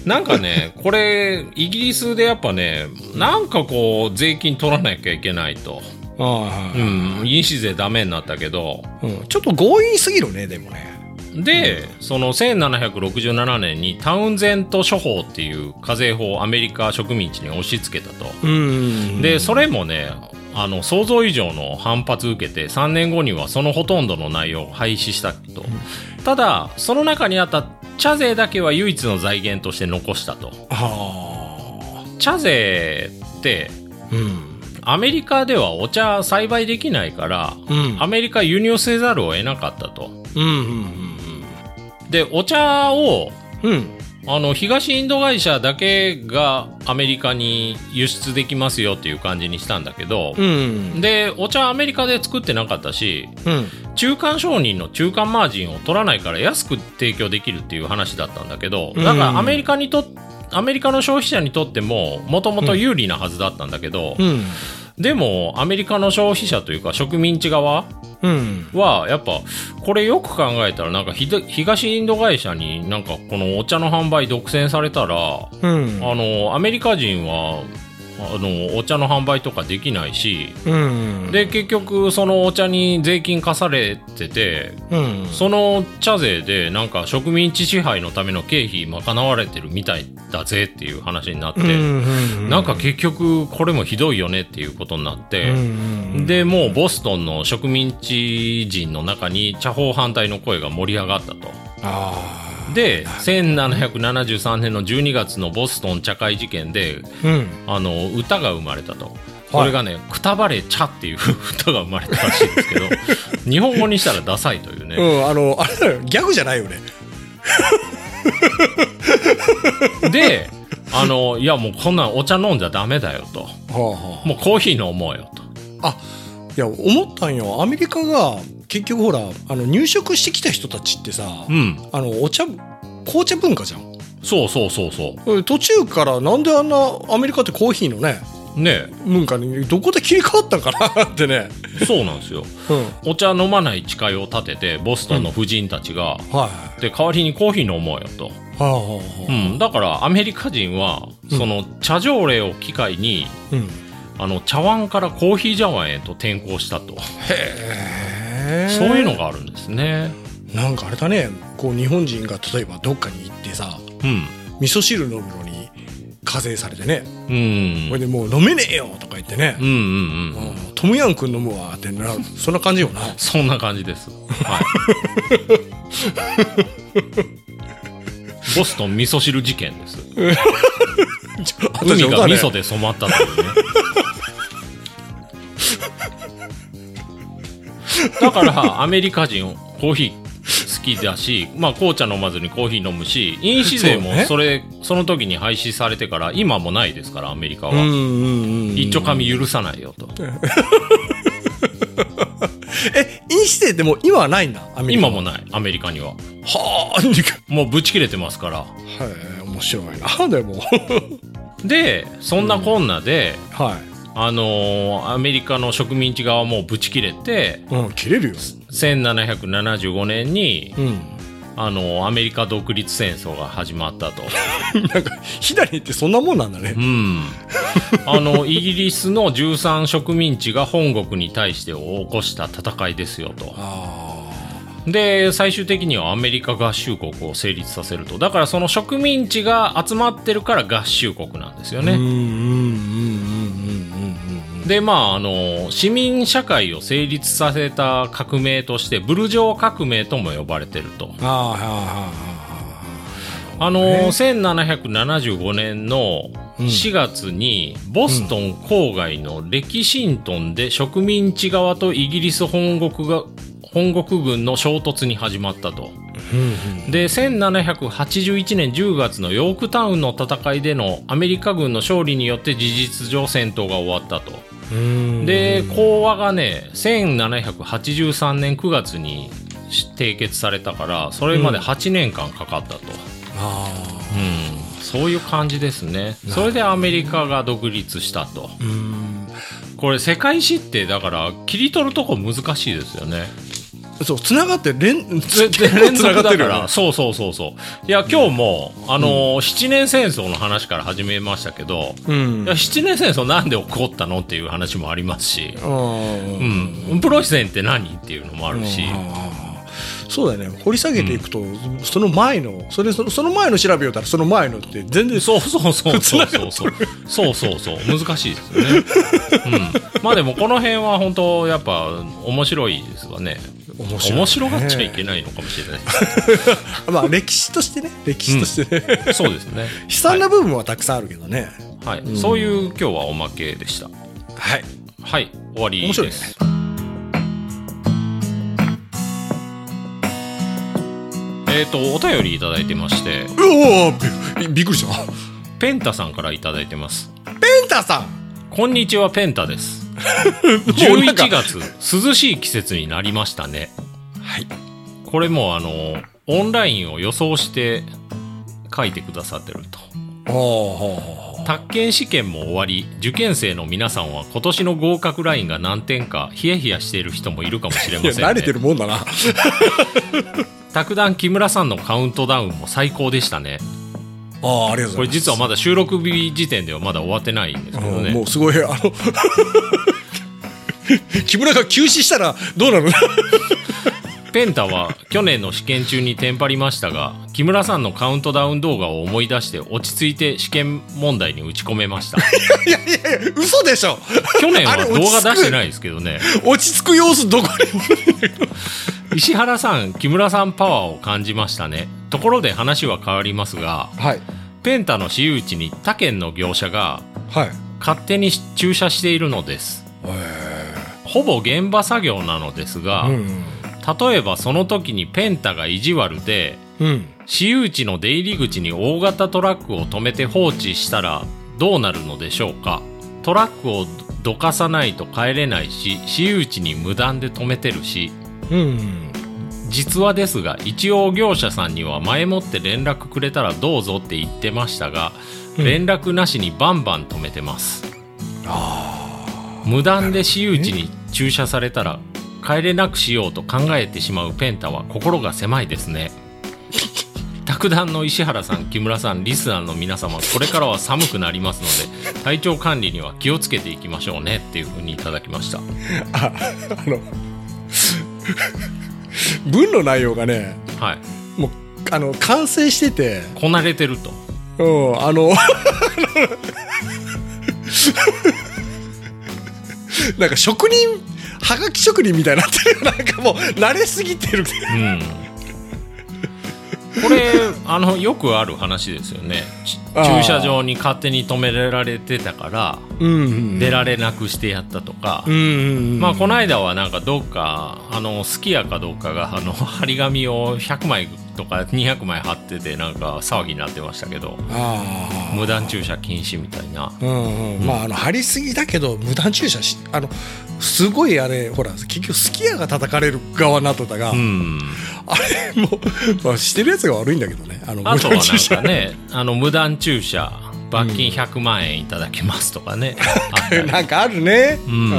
S3: なんか ね、これ、イギリスでやっぱね、なんかこう、税金取らなきゃいけないと。
S2: あ
S3: う
S2: ー
S3: ん、飲酒税ダメになったけど。
S2: うんちょっと強引すぎるねでもね
S3: で、その1767年にタウンゼント処方っていう課税法をアメリカ植民地に押し付けたと。
S2: うん
S3: で、それもね、あの、想像以上の反発受けて、3年後にはそのほとんどの内容を廃止したと。ただ、その中にあった茶税だけは唯一の財源として残したと。
S2: あ
S3: 茶税って、
S2: あうん
S3: アメリカではお茶栽培できないから、
S2: うん
S3: アメリカ輸入せざるを得なかったと。
S2: うん
S3: で、お茶を、
S2: うんうん
S3: あの、東インド会社だけがアメリカに輸出できますよっていう感じにしたんだけど、
S2: うん
S3: で、お茶アメリカで作ってなかったし、
S2: うん
S3: 中間商人の中間マージンを取らないから安く提供できるっていう話だったんだけど、
S2: うん
S3: だからアメリカにとっアメリカの消費者にとっても、もともと有利なはずだったんだけど、
S2: うん
S3: でも、アメリカの消費者というか植民地側
S2: うん
S3: は、やっぱ、これよく考えたら、なんかひど、東インド会社になんか、このお茶の販売独占されたら、
S2: うん
S3: あの、アメリカ人は、あの、お茶の販売とかできないし、
S2: うん
S3: で、結局、そのお茶に税金課されてて、
S2: うん
S3: その茶税でなんか植民地支配のための経費賄われてるみたいだぜっていう話になって、
S2: うん
S3: なんか結局これもひどいよねっていうことにな
S2: う
S3: っ
S2: んう
S3: て、
S2: ん
S3: でもうボストンの植民地人の中に茶法反対の声が盛り上がったと。
S2: あ
S3: で1773年の12月のボストン茶会事件で
S2: ーうん
S3: あの歌が生まれたと。これがね、くたばれ茶っていう 歌が生まれたらしいんですけど、日本語にしたらダサいというね。
S2: うんあのあれだよギャグじゃないよね
S3: で、あの、いやもうこんなんお茶飲んじゃダメだよと。
S2: はあは
S3: もうコーヒー飲もうよと。
S2: あいや思ったんよアメリカが結局ほらあの入植してきた人たちってさ、
S3: うん。
S2: あのお茶紅茶文化じゃん
S3: そうそうそうそ
S2: 途中からなんであんなアメリカってコーヒーのね
S3: う。ね
S2: 文化にどこで切り替わったんかなってね、
S3: えそうなんですよ。
S2: うん、
S3: お茶飲まない誓いを立てて、ボストンの婦人たちが、
S2: はい
S3: で、代わりにコーヒー飲もうよと。
S2: はあ、は
S3: う
S2: あは
S3: ん。だから、アメリカ人は、その、茶条例を機会に、
S2: あ、うん、へ
S3: あの、茶碗からコーヒー茶碗へと転向したと。
S2: え
S3: そういうのがあるんですね。
S2: なんかあれだねこう日本人が例えばどっかに行ってさ
S3: うん。
S2: 味噌汁飲むのに課税されてね、
S3: う
S2: これ
S3: ん。
S2: でもう飲めねえよとか言ってね
S3: うんう、んうん。
S2: うんトムヤンくん飲むわってなそんな感じよな
S3: そんな感じです。はい。ボストン味噌汁事件です。 海が味噌で染まったというね。だから、アメリカ人、コーヒー好きだし、まあ、紅茶飲まずにコーヒー飲むし、飲酒税
S2: そう
S3: も
S2: ね
S3: それ、その時に廃止されてから、今もないですから、アメリカ
S2: うん
S3: は。
S2: うんうん
S3: 一丁紙許さないよと。
S2: え飲酒税でも今はないんだアメリカ
S3: 今もない、アメリカには。
S2: はあは
S3: もうぶち切れてますから。
S2: い面白いな でも
S3: で、そんなこんなで、
S2: は
S3: あのーアメリカの植民地側もぶち切れて、
S2: いうん切れるよ
S3: 1775年に、
S2: うん
S3: あのーアメリカ独立戦争が始まったと。
S2: なんか左ってそんなもんなんだね
S3: うん。あの、イギリスの13植民地が本国に対して起こした戦いですよと。
S2: あ
S3: で、最終的にはアメリカ合衆国を成立させると。だからその植民地が集まってるから合衆国なんですよ
S2: あ
S3: ね。
S2: うんうんうんうんうん
S3: で、まあ、あの、市民社会を成立させた革命として、ブルジョー革命とも呼ばれてると。
S2: ああはあは
S3: あの、
S2: ね
S3: 1775年の
S2: うん
S3: 4月に、ボストン郊外のレキシントンで植民地側とイギリス本国が、本国軍の衝突に始まったと。で、1781年10月のヨークタウンの戦いでのアメリカ軍の勝利によって事実上戦闘が終わったと。
S2: あうん
S3: で講和がね1783年9月に締結されたからそれまで
S2: うん
S3: 8年間かかったと、
S2: あ
S3: うんそういう感じですね
S2: ほど
S3: それでアメリカが独立した
S2: あ
S3: と
S2: うん
S3: これ世界史ってだから切り取るとこ難しいですよね
S2: そう繋がって連
S3: でで連
S2: 繋
S3: 続
S2: がっ
S3: だ
S2: てる
S3: か
S2: よね
S3: らそうそうそうそういや今日も、あのー7年戦争の話から始めましたけど、
S2: うん
S3: いや7年戦争なんで起こったのっていう話もありますし、
S2: うん
S3: うん、プロイセンって何っていうのもあるし、
S2: そうだよね掘り下げていくと、その前のそれそのその前の調べようたらその前のって全然
S3: そうそうそうそうそうそうそうそうそう難しいですよね、うん、まあでもこの辺は本当やっぱ面白いですわね
S2: 面
S3: 面白がっちゃい
S2: ない
S3: けないのかもしれない
S2: まあ歴史としてね歴史としてね、
S3: ですそうですね
S2: 悲惨な部分はたくさんあるけどね
S3: はい、そういう今日はおまけでした
S2: はい
S3: はい終わり
S2: 面白い
S3: で
S2: ですす
S3: えっ、とお便りいただいてまして
S2: うおびびっくりした
S3: ペンタさんからいただいてます
S2: ペンタさん
S3: こんにちはペンタ です
S2: もうなんか
S3: 11月涼しい季節になりましたね
S2: はい
S3: これもうあのオンラインを予想して書いてくださってると
S2: ああ
S3: 宅建試験も終わり受験生の皆さんは今年の合格ラインが何点かヒヤヒヤしている人もいるかもしれ
S2: いや
S3: ません
S2: 慣れて
S3: ね
S2: るもんだな
S3: 卓談木村さんのカウントダウンも最高でしたね
S2: ああありがとうござ
S3: こ
S2: います
S3: れ実はまだ収録日時点ではまだ終わってないんですけど
S2: うんも
S3: ね
S2: うすごいあの 木村が急死したらどう なる
S3: ペンタは去年の試験中にテンパりましたが木村さんのカウントダウン動画を思い出して落ち着いて試験問題に打ち込め ました
S2: いやいやいや嘘でしょ
S3: 去年は
S2: あれ
S3: 動
S2: 落ち着く
S3: 画出してないですけどね
S2: 落ち着く様子どこにも
S3: 石原さん木村さんパワーを感じましたねところで話は変わりますが
S2: はい
S3: ペンタの私有地に他県の業者が
S2: はい
S3: 勝手に駐車しているのですほぼ現場作業なのですが、
S2: うん
S3: 例えばその時にペンタが意地悪で
S2: うん
S3: 私有地の出入り口に大型トラックを止めて放置したらどうなるのでしょうかトラックをどかさないと帰れないし私有地に無断で止めてるし
S2: うん
S3: 実はですが一応業者さんには前もって連絡くれたらどうぞって言ってましたが、
S2: うん
S3: 連絡なしにバンバン止めてます無断で私有地に駐車されたら帰れなくしようと考えてしまうペンタは心が狭いで すね卓談の石原さん木村さんリスナーの皆様これからは寒くなりますので体調管理には気をつけていきましょうねっていうふうにいただきました
S2: ああの 文の内容がね
S3: はい
S2: もうあの完成してて
S3: こなれてると
S2: うんあのなんか職人はがき職人みたいになってるよなんかもう慣れすぎてる
S3: うん、これあのよくある話ですよねち
S2: あー
S3: 駐車場に勝手に止められてたから
S2: うんうん
S3: 出られなくしてやったとか、
S2: うんうん
S3: まあこの
S2: い
S3: 間はなんかどっかあのすき家かどうかがあの 張り紙を100枚とか200枚貼っててなんか騒ぎになってましたけど
S2: あ
S3: 無断駐車禁止みたいな
S2: あうんうんまああの張りすぎだけど無断駐車しあのすごいあれほら結局すき家が叩かれる側になっとったが、
S3: うん
S2: あれもう、まあ、してるやつが悪いんだけどねあの
S3: あとは
S2: 無
S3: な
S2: 断駐車
S3: んかねあの無断駐車罰金100万円いただきますとかね、あったり
S2: なんかあるね、
S3: う ん
S2: あ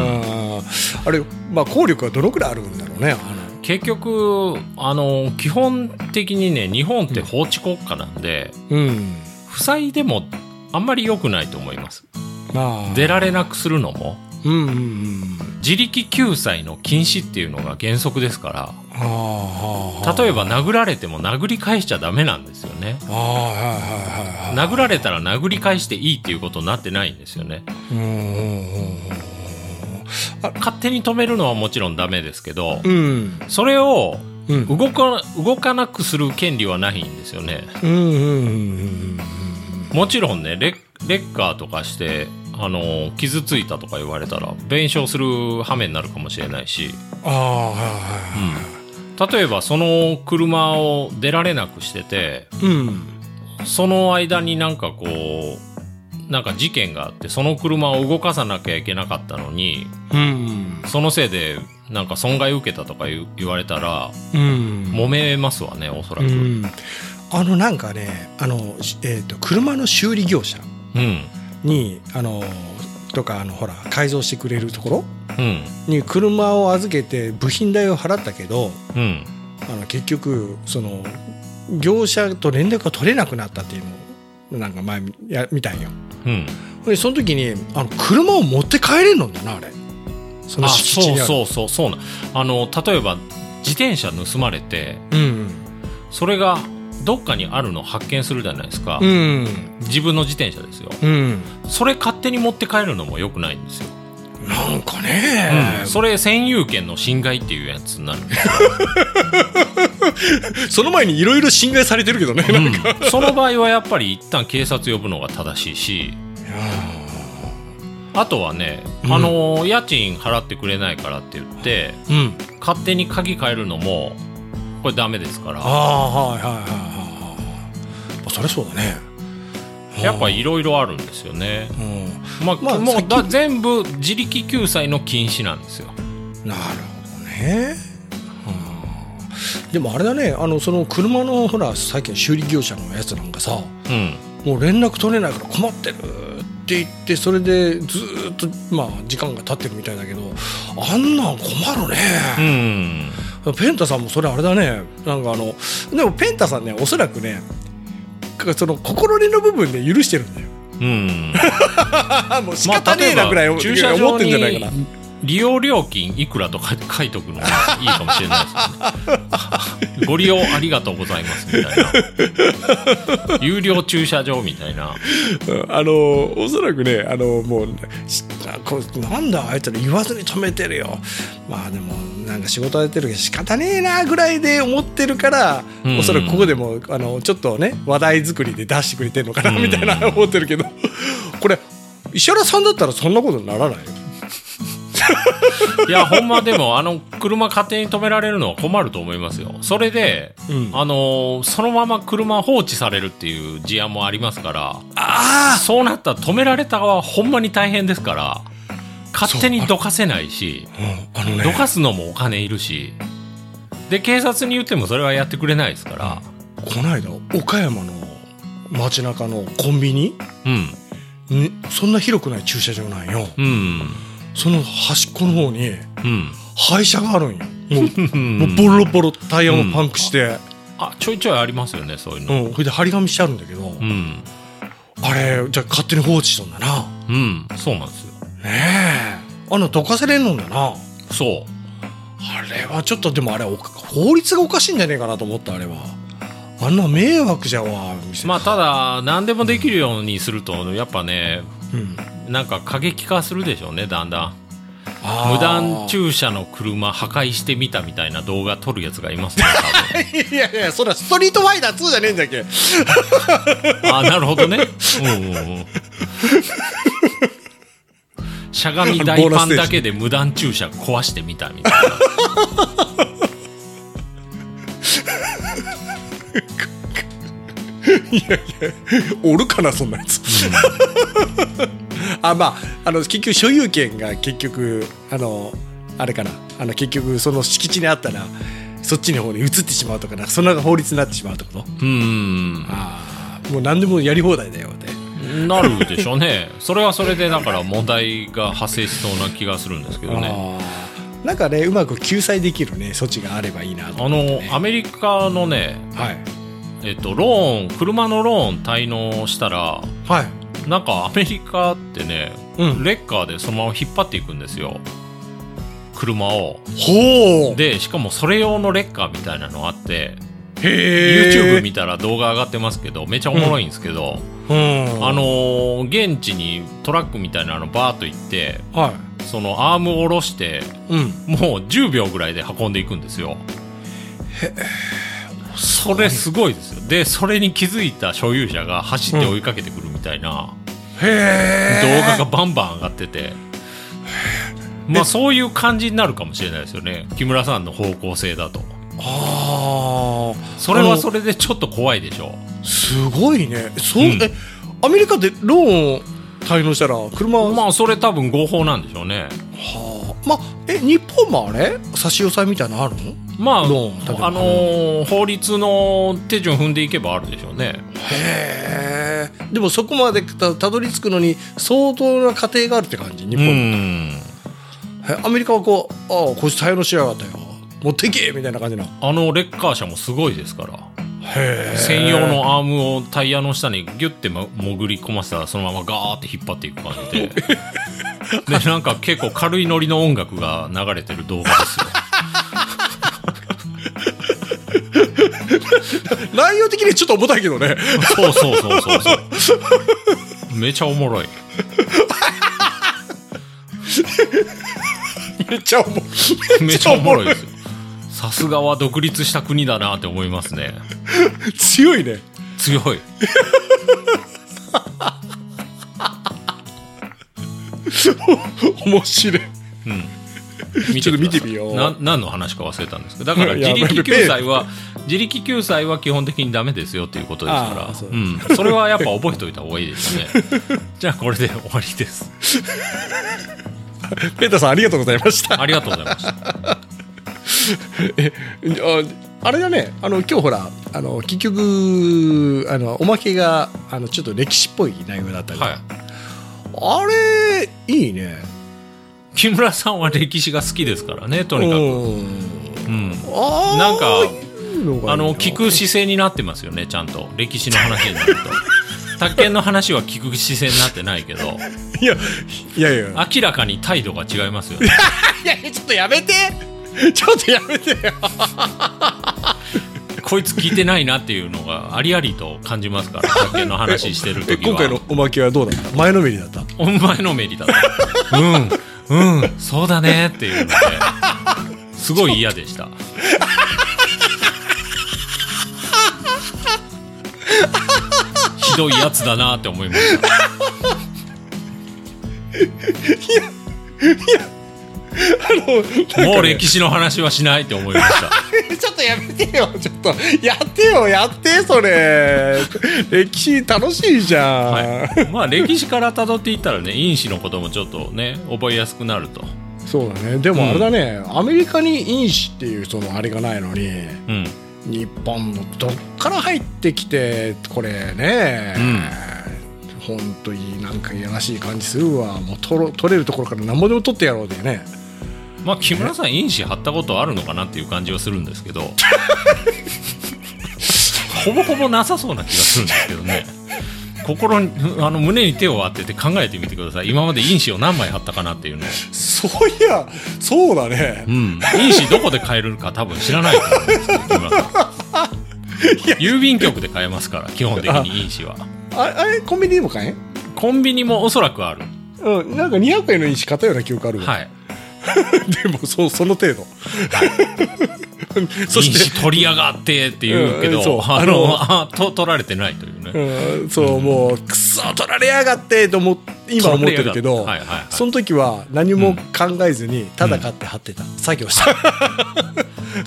S2: ーあれ、まあ、効力はどのくらいあるんだろうねあ
S3: 結局あの基本的にね日本って法治国家なんで、
S2: のうん
S3: 不債でもあんまり良くないと思います
S2: まあ
S3: 出られなくするのも
S2: うんうんうん
S3: 自力救済の禁止っていうのが原則ですか
S2: あ
S3: ら
S2: ー
S3: 例えば殴られても殴り返しちゃダメなんですよね
S2: あーはいはいはいはい
S3: 殴られたら殴り返していいっていうことになってないんですよね
S2: うんうん
S3: 勝手に止めるのはもちろんダメですけど
S2: うんうん
S3: それを
S2: うんうん
S3: 動か動かなくする権利はないんですよね
S2: うんうんうん
S3: もちろんねレッレッカーとかしてあの傷ついたとか言われたら弁償する羽目になるかもしれないし、
S2: ああはいは
S3: 例えばその車を出られなくしてて
S2: いうん
S3: その間になんかこうなんか事件があってその車を動かさなきゃいけなかったのに
S2: うん
S3: そのせいでなんか損害受けたとか言う言われたら
S2: うん
S3: 揉めますわねおそらく。う
S2: うんんあのなんかねあの、しえー、と車の修理業者
S3: うん
S2: にあのとかあのほら改造してくれるところ
S3: うん
S2: に車を預けて部品代を払ったけど
S3: うん
S2: あの結局その業者と連絡が取れなくなったっていうのをなんか前や見たんよ
S3: うん
S2: でその時にあの車を持って帰れんのだなあれその
S3: あ
S2: 敷地
S3: そう
S2: にある
S3: そうそうそうなんあの例えば自転車盗まれて
S2: うん
S3: それがどっかにあるのを発見するじゃないですか、
S2: うん
S3: 自分の自転車ですよ
S2: うん
S3: それ勝手に持って帰るのも良くないんですよ、
S2: なんかね、
S3: それ占有権の侵害っていうやつになる、
S2: その前にいろいろ侵害されてるけどね、 なんか
S3: うんその場合はやっぱり一旦警察呼ぶのが正しいしあとはね、
S2: うん
S3: あの家賃払ってくれないからって言って
S2: うん
S3: 勝手に鍵変えるのもこれダメですから
S2: ああーはいはいはいはいはいそりゃそうだね
S3: やっぱいろいろあるんですよね、
S2: うん
S3: まあ
S2: まあ
S3: も
S2: 先
S3: うだ全部自力救済の禁止なんですよ
S2: なるほどね。うんでもあれだねあのその車のほらさっきの修理業者のやつなんかさ
S3: うん
S2: もう連絡取れないから困ってるって言ってそれでずーっとまあ時間が経ってるみたいだけどあんなん困る
S3: う
S2: ね、
S3: ん
S2: ペンタさんもそれあれだねなんかあのでもペンタさんねおそらくねその心理の部分で許してるんだよ
S3: うん
S2: あ もう仕方ねえなぐらい思って
S3: 駐
S2: ん
S3: 車場に
S2: じゃないかな
S3: 利用料金いくらとか書いとくのがいいかもしれない ですねご利用ありがとうございますみたいな有料駐車場みたいな
S2: うんあのおそらくねあのもうしあこうなんだあいつら言わずに止めてるよまあでもなんか仕事やってるけど仕方ねえなぐらいで思ってるから、
S3: うん
S2: おそらくここでもあのちょっとね話題作りで出してくれてるのかな、
S3: うん
S2: みたいな思ってるけどこれ石原さんだったらそんなことにならないよ
S3: いや、ほんまでも、あの、車勝手に止められるのは困ると思いますよ。それで、
S2: うん
S3: あの、そのまま車放置されるっていう事案もありますから、 そうなったら止められた側はほんまに大変ですから、勝手にどかせないし、
S2: うんあのね
S3: どかすのもお金いるし、で、警察に言ってもそれはやってくれないですから、
S2: この間岡山の街中のコンビニ
S3: うん、
S2: んそんな広くない駐車場なんよ
S3: うん、
S2: その端っこの方に
S3: うん。
S2: 廃車があるんよもう
S3: うん
S2: もうボロボロタイヤもパンクして、
S3: あ、ちょいちょいありますよね、そういう
S2: う
S3: の。
S2: ん、それで張り紙してあるんだけど、
S3: うん、
S2: あれじゃあ勝手に放置しとんだな
S3: うん、そうなんですよ。
S2: ねえあのどかせれんのんだな
S3: そう。
S2: あれはちょっとでもあれおか法律がおかしいんじゃねえかなと思ったあれはあんな迷惑じゃわ店
S3: まあただ何でもできるようにするとやっぱね
S2: うん
S3: なんか過激化するでしょうねだんだん
S2: あー
S3: 無断駐車の車破壊してみたみたいな動画撮るやつがいますね
S2: いやいやそれはストリートファイター2じゃねえんだっけ
S3: 多分ああなるほどねうんうんうんしゃがみ大パンだけで無断駐車壊してみたみたいな
S2: おるかなそんなやつ あまああの結局所有権が結局あのあれかなあの結局その敷地にあったらそっちの方に移ってしまうとかなそんな法律になってしまうってこと
S3: うん
S2: ああもう何でもやり放題だよって
S3: なるでしょうねそれはそれでだから問題が発生しそうな気がするんですけどね
S2: あーなんかねうまく救済できるね措置があればいいなと
S3: あのアメリカのね
S2: はい
S3: えっと、ローン車のローン滞納したら
S2: はい
S3: なんかアメリカってね、
S2: うん
S3: レッカーでそのまま引っ張っていくんですよ車を
S2: ほう
S3: でしかもそれ用のレッカーみたいなのあって、
S2: へ
S3: YouTube 見たら動画上がってますけどめちゃおもろいんですけど、
S2: うん
S3: あのー現地にトラックみたいなのバーッと行って
S2: は
S3: そのアームを下ろして
S2: いうん
S3: もう10秒ぐらいで運んでいくんですよそれすごいですよでそれに気づいた所有者が走って追いかけてくるみたいな動
S2: へえ
S3: 画がバンバン上がってて、まあそういう感じになるかもしれないですよね木村さんの方向性だと
S2: ああ
S3: それはそれでちょっと怖いでしょ
S2: すごいねそう、
S3: うん
S2: えアメリカでローンを滞納したら車は、
S3: まあそれ多分合法なんでしょうね
S2: はあまあえ日本もあれ差し押さえみたいなのあるの
S3: まあ、
S2: ローン例えば
S3: あのー法律の手順踏んでいけばあるでしょうね
S2: へえでもそこまでたたどり着くのに相当な過程があるって感じ日
S3: う
S2: 本、
S3: ん
S2: えアメリカはこう「ああこいつ対応しやがったよ持ってけ!」みたいな感じな
S3: あのレッカー車もすごいですから
S2: へ
S3: 専用のアームをタイヤの下にギュッてま潜り込ませたらそのままガーって引っ張っていく感じで でなんか結構軽いノリの音楽が流れてる動画ですよ
S2: 内容的にちょっと重たいけどね
S3: そうそうそうそうそうめちゃおもろい
S2: めっちゃ重い
S3: めちゃおもろいですよさすがは独立した国だなって思いますね
S2: 強いね
S3: 強い
S2: 面白い
S3: 見
S2: ちょっと見て
S3: ください
S2: みよう
S3: な何の話か忘れたんですけどだから
S2: いや
S3: 自力救済は自力救済は基本的にダメですよっていうことです
S2: あ
S3: か
S2: ーそ
S3: ら
S2: う
S3: うん、それはやっぱ覚えておいた方がいいですね じゃあこれで終わりです
S2: ペーターさんありがとうございました
S3: ありがとうございました
S2: えああれだねあの今日ほらあの結局あのおまけがあのちょっと歴史っぽい内容だったり、
S3: はい
S2: あれいいね
S3: 木村さんは歴史が好きですからねと
S2: う
S3: にかく
S2: ん
S3: うん
S2: あー
S3: なんか
S2: いいのがいいな
S3: あの聞く姿勢になってますよねちゃんと歴史の話に なると宅建の話は聞く姿勢になってないけど
S2: いやいやいや
S3: 明らかに態度が違いますよね
S2: いやいやちょっとやめて ちょっとやめてよ
S3: こいつ聞いてないなっていうのがありありと感じま すから宅建の話してる
S2: え
S3: 時は
S2: 今回のおまけはどうだった前のめりだった
S3: お前のメリだとうんうんそうだねっていうのですごい嫌でしたひどいやつだなって思いましたもう歴史の話はしないって思いました。
S2: ちょっとやめてよちょっとやってよやってそれ歴史楽しいじゃん、
S3: はい、まあ歴史から辿っていったらね因子のこともちょっとね覚えやすくなると、
S2: そうだねでもあれだね、アメリカに因子っていうそのあれがないのに
S3: うん、
S2: 日本のどっから入ってきてこれね、ほんといいなんかいやらしい感じするわもう取ろ取れるところから何ぼでも取ってやろうでね
S3: まあ木村さん因子貼ったことあるのかなっていう感じはするんですけど ほぼほぼなさそうな気がするんですけどね心にあの胸に手を当てて考えてみてください今まで因子を何枚貼ったかなっていうのを、
S2: そういやそうだね
S3: うん、因子どこで買えるか多分知らないと思うんですよ木村さん郵便局で買えますから基本的に因子は
S2: ああれコンビニでも買えん
S3: コンビニもおそらくある
S2: うん、なんか200円の因子買ったような記憶あるわ、
S3: はい
S2: でもそうその程度 そ
S3: そ
S2: して
S3: 取りやがってって言うけ
S2: うんうんそ
S3: ど、
S2: う
S3: あ
S2: あ
S3: の
S2: の
S3: あと取られてないというね、
S2: うん、そうもうクソ取られやがってと思っ今思ってるけど、
S3: 取られやがってはいはいはい
S2: その時は何も考えずにただ買って貼ってた、作業した
S3: であ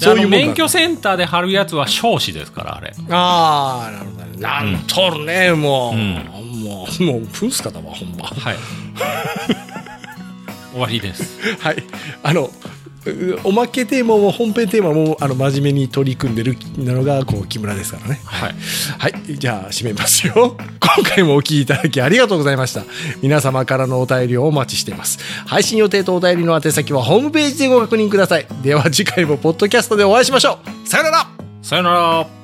S2: そうい
S3: の
S2: うもん
S3: 免
S2: だ
S3: 許センターで貼るやつは少子ですからあれ
S2: ああなるほどねなんとるねもう、
S3: うん
S2: もうもうプンスカだわほんま
S3: はい終わりです
S2: はいあのうおまけテーマも本編テーマもあの真面目に取り組んでるのがこう木村ですからね
S3: はい
S2: はい、じゃあ締めますよ。 今回もお聞きいただきありがとうございました。皆様からのお便りをお待ちしています。配信予定とお便りの宛先はホームページでご確認ください。では次回もポッドキャストでお会いしましょう。さよなら
S3: さよなら